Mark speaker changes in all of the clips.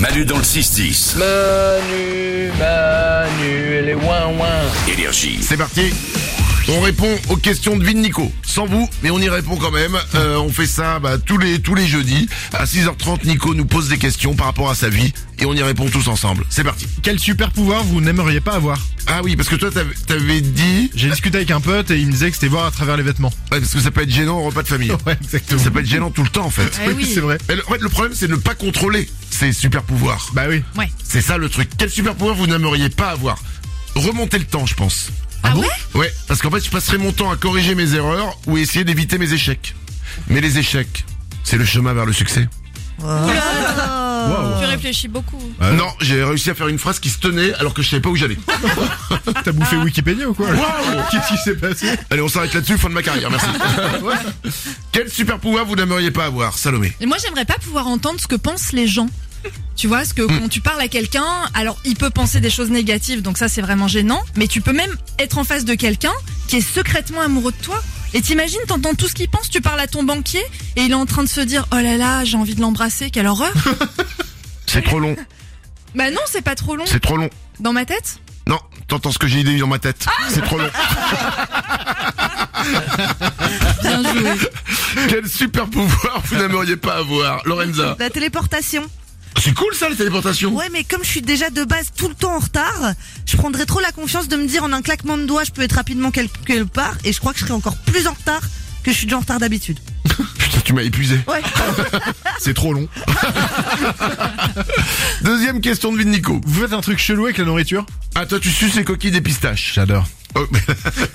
Speaker 1: Manu dans le 6-10.
Speaker 2: Manu, Manu, les ouin ouin.
Speaker 1: Énergie.
Speaker 3: C'est parti on répond aux questions de Nico. Sans vous, mais on y répond quand même. Euh, on fait ça bah, tous les tous les jeudis. À 6h30, Nico nous pose des questions par rapport à sa vie. Et on y répond tous ensemble. C'est parti.
Speaker 4: Quel super pouvoir vous n'aimeriez pas avoir
Speaker 3: Ah oui, parce que toi, t'avais- t'avais dit...
Speaker 4: J'ai discuté avec un pote et il me disait que c'était voir à travers les vêtements.
Speaker 3: Ouais, parce que ça peut être gênant au repas de famille.
Speaker 4: Ouais, exactement.
Speaker 3: Ça peut être gênant tout le temps, en fait.
Speaker 4: Ah
Speaker 5: Eh oui.
Speaker 4: c'est vrai.
Speaker 3: Mais le- en fait, le problème, c'est de ne pas contrôler ces super pouvoirs.
Speaker 4: Bah oui.
Speaker 5: Ouais.
Speaker 3: C'est ça le truc. Quel super pouvoir vous n'aimeriez pas avoir Remonter le temps, je pense.
Speaker 5: Ah ouais
Speaker 3: Ouais, parce qu'en fait, je passerai mon temps à corriger mes erreurs ou essayer d'éviter mes échecs. Mais les échecs, c'est le chemin vers le succès.
Speaker 4: Waouh.
Speaker 5: Tu réfléchis beaucoup.
Speaker 3: non, j'ai réussi à faire une phrase qui se tenait alors que je savais pas où j'allais.
Speaker 4: T'as bouffé
Speaker 5: Ah.
Speaker 4: Wikipédia ou quoi
Speaker 3: Waouh
Speaker 4: Qu'est-ce qui s'est passé
Speaker 3: Allez, on s'arrête là-dessus, fin de ma carrière, merci. Ouais. Quel super pouvoir vous n'aimeriez pas avoir, Salomé
Speaker 5: Et moi, j'aimerais pas pouvoir entendre ce que pensent les gens. Tu vois, ce que quand tu parles à quelqu'un, alors il peut penser des choses négatives, donc ça c'est vraiment gênant. Mais tu peux même être en face de quelqu'un qui est secrètement amoureux de toi. Et t'imagines, t'entends tout ce qu'il pense, tu parles à ton banquier et il est en train de se dire Oh là là, j'ai envie de l'embrasser, quelle horreur
Speaker 3: C'est trop long,
Speaker 5: Bah non, c'est pas trop long.
Speaker 3: c'est trop long.
Speaker 5: Dans ma tête
Speaker 3: Non, t'entends ce que j'ai dit dans ma tête. C'est trop long.
Speaker 5: Bien joué.
Speaker 3: Quel super pouvoir vous n'aimeriez pas avoir, Lorenza
Speaker 6: La téléportation.
Speaker 3: C'est cool ça, la téléportation
Speaker 6: Ouais, mais comme je suis déjà de base tout le temps en retard, je prendrais trop la confiance de me dire en un claquement de doigts, je peux être rapidement quelque part, et je crois que je serais encore plus en retard que je suis déjà en retard d'habitude.
Speaker 3: Putain, tu m'as épuisé.
Speaker 6: Ouais.
Speaker 4: C'est trop long.
Speaker 3: Deuxième question de vie de Nico.
Speaker 4: Vous faites un truc chelou avec la nourriture
Speaker 3: Ah, toi, tu suces les coquilles des pistaches.
Speaker 4: J'adore.
Speaker 3: Oh,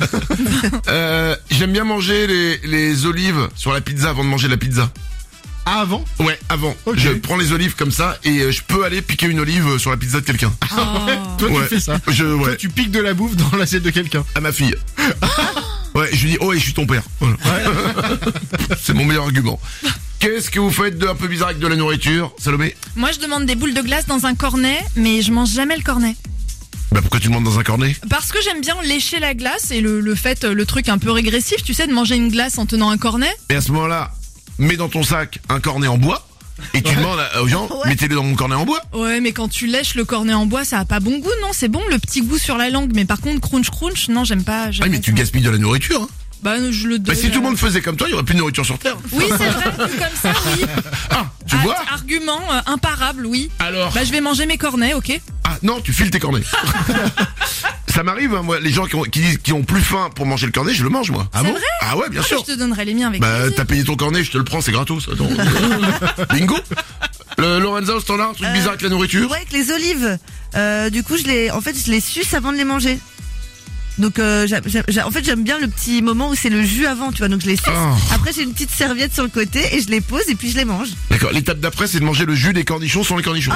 Speaker 3: euh, J'aime bien manger les, les olives sur la pizza avant de manger la pizza.
Speaker 4: Ah, avant
Speaker 3: Ouais, avant.
Speaker 4: Ok.
Speaker 3: Je prends les olives comme ça et euh, je peux aller piquer une olive euh, sur la pizza de quelqu'un.
Speaker 4: Ah,
Speaker 5: Oh.
Speaker 4: Toi
Speaker 3: Ouais.
Speaker 4: tu fais ça.
Speaker 3: Je, ouais,
Speaker 4: Toi tu piques de la bouffe dans l'assiette de quelqu'un.
Speaker 3: à ma fille. ouais, je lui dis, oh, et je suis ton père. Voilà. C'est mon meilleur argument. Qu'est-ce que vous faites de un peu bizarre avec de la nourriture, Salomé
Speaker 5: Moi je demande des boules de glace dans un cornet, mais je mange jamais le cornet.
Speaker 3: Bah, pourquoi tu demandes dans un cornet
Speaker 5: Parce que j'aime bien lécher la glace et le, le fait, le truc un peu régressif, tu sais, de manger une glace en tenant un cornet.
Speaker 3: Et à ce moment-là, mets dans ton sac un cornet en bois et tu demandes à- aux gens, mettez-le dans mon cornet en bois. Ah,
Speaker 5: Ouais, mais quand tu lèches le cornet en bois, ça a pas bon goût, non C'est bon le petit goût sur la langue, mais par contre crunch crunch, non, j'aime pas. j'aime
Speaker 3: Ah, mais
Speaker 5: pas
Speaker 3: tu
Speaker 5: ça.
Speaker 3: gaspilles de la nourriture. Hein.
Speaker 5: Bah non, je le
Speaker 3: Bah,
Speaker 5: donne.
Speaker 3: si tout le
Speaker 5: euh,
Speaker 3: monde faisait comme toi, il n'y aurait plus de nourriture sur Terre.
Speaker 5: Oui, c'est vrai, vu comme ça, oui.
Speaker 3: Ah, tu
Speaker 5: Ah,
Speaker 3: vois
Speaker 5: Argument euh, imparable, oui.
Speaker 3: Alors
Speaker 5: Bah je vais manger mes cornets, ok.
Speaker 3: Ah non, tu files tes cornets. Ça m'arrive, hein, moi, les gens qui, ont, qui disent qu'ils ont plus faim pour manger le cornet, je le mange moi. Ah
Speaker 5: bon vrai
Speaker 3: Ah ouais, bien
Speaker 5: Ah, bah,
Speaker 3: sûr.
Speaker 5: je te donnerai les miens avec.
Speaker 3: Bah
Speaker 5: plaisir.
Speaker 3: t'as payé ton cornet, je te le prends, c'est gratos. Attends. Bingo. Le Lorenzo, ce temps-là, un truc bizarre avec la nourriture.
Speaker 6: Ouais, avec les olives. Euh, du coup, je les, en fait, je les suce avant de les manger. Donc, euh, j'a- j'a- j'a- en fait, j'aime bien le petit moment où c'est le jus avant, tu vois. Donc, je les suce.
Speaker 3: Oh.
Speaker 6: Après, j'ai une petite serviette sur le côté et je les pose et puis je les mange.
Speaker 3: D'accord. L'étape d'après, c'est de manger le jus des cornichons sans les cornichons.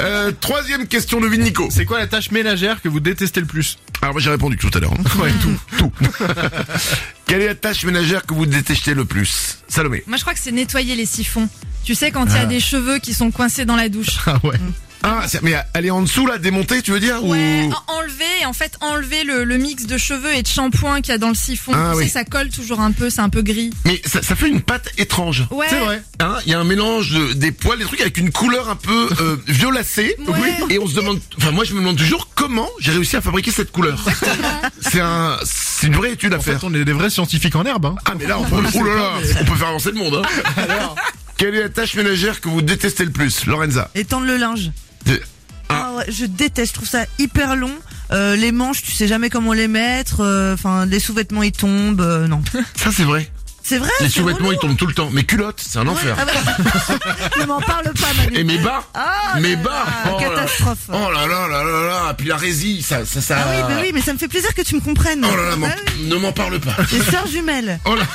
Speaker 3: Euh, troisième question de Vinico.
Speaker 4: C'est quoi la tâche ménagère que vous détestez le plus
Speaker 3: Alors moi j'ai répondu tout à l'heure. hein.
Speaker 4: Ouais, tout.
Speaker 3: Tout. Quelle est la tâche ménagère que vous détestez le plus, Salomé
Speaker 5: Moi je crois que c'est nettoyer les siphons. Tu sais quand il y a des cheveux qui sont coincés dans la douche.
Speaker 4: Ah ouais.
Speaker 3: Ah, c'est- mais elle est en dessous là, démontée, tu veux dire
Speaker 5: Ouais,
Speaker 3: ou...
Speaker 5: en- enlever, en fait, enlever le, le mix de cheveux et de shampoing qu'il y a dans le siphon.
Speaker 3: Ah
Speaker 5: tu
Speaker 3: oui.
Speaker 5: sais, ça colle toujours un peu, c'est un peu gris.
Speaker 3: Mais ça, ça fait une pâte étrange.
Speaker 5: Ouais.
Speaker 4: C'est vrai.
Speaker 3: Hein, il y a un mélange de- des poils, des trucs avec une couleur un peu euh, violacée.
Speaker 5: Ouais.
Speaker 3: Oui. Et on se demande, enfin moi je me demande toujours comment j'ai réussi à fabriquer cette couleur. C'est un, c'est une vraie étude à
Speaker 4: En
Speaker 3: faire.
Speaker 4: fait, on est des vrais scientifiques en herbe. Hein.
Speaker 3: Ah mais là on peut, oh là là, on peut faire avancer le monde. Hein. Quelle est la tâche ménagère que vous détestez le plus, Lorenza
Speaker 6: Étendre le linge. Ah ouais, je déteste, je trouve ça hyper long. Euh, les manches, tu sais jamais comment les mettre. euh, Enfin, les sous-vêtements, ils tombent. euh, non.
Speaker 3: Ça c'est vrai.
Speaker 6: C'est vrai.
Speaker 3: Les
Speaker 6: c'est
Speaker 3: sous-vêtements ils
Speaker 6: relou.
Speaker 3: tombent tout le temps. Mes culottes, c'est un enfer.
Speaker 6: Ah bah, ne m'en parle pas, Manu.
Speaker 3: Et mes bas
Speaker 6: Ah,
Speaker 3: Mes
Speaker 6: là
Speaker 3: bas
Speaker 6: là,
Speaker 3: oh, là.
Speaker 6: Catastrophe.
Speaker 3: Oh là là là là là Puis la résille, ça ça ça.
Speaker 6: Ah oui, bah oui, mais ça me fait plaisir que tu me comprennes.
Speaker 3: Oh là là, m'en-
Speaker 6: Ah oui,
Speaker 3: ne m'en parle pas.
Speaker 6: Les sœurs jumelles.
Speaker 3: Oh là.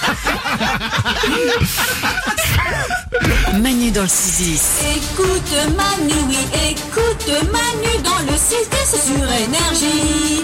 Speaker 7: Manu dans le 6-10.
Speaker 8: Écoute Manu, oui, écoute Manu dans le 6 sur énergie.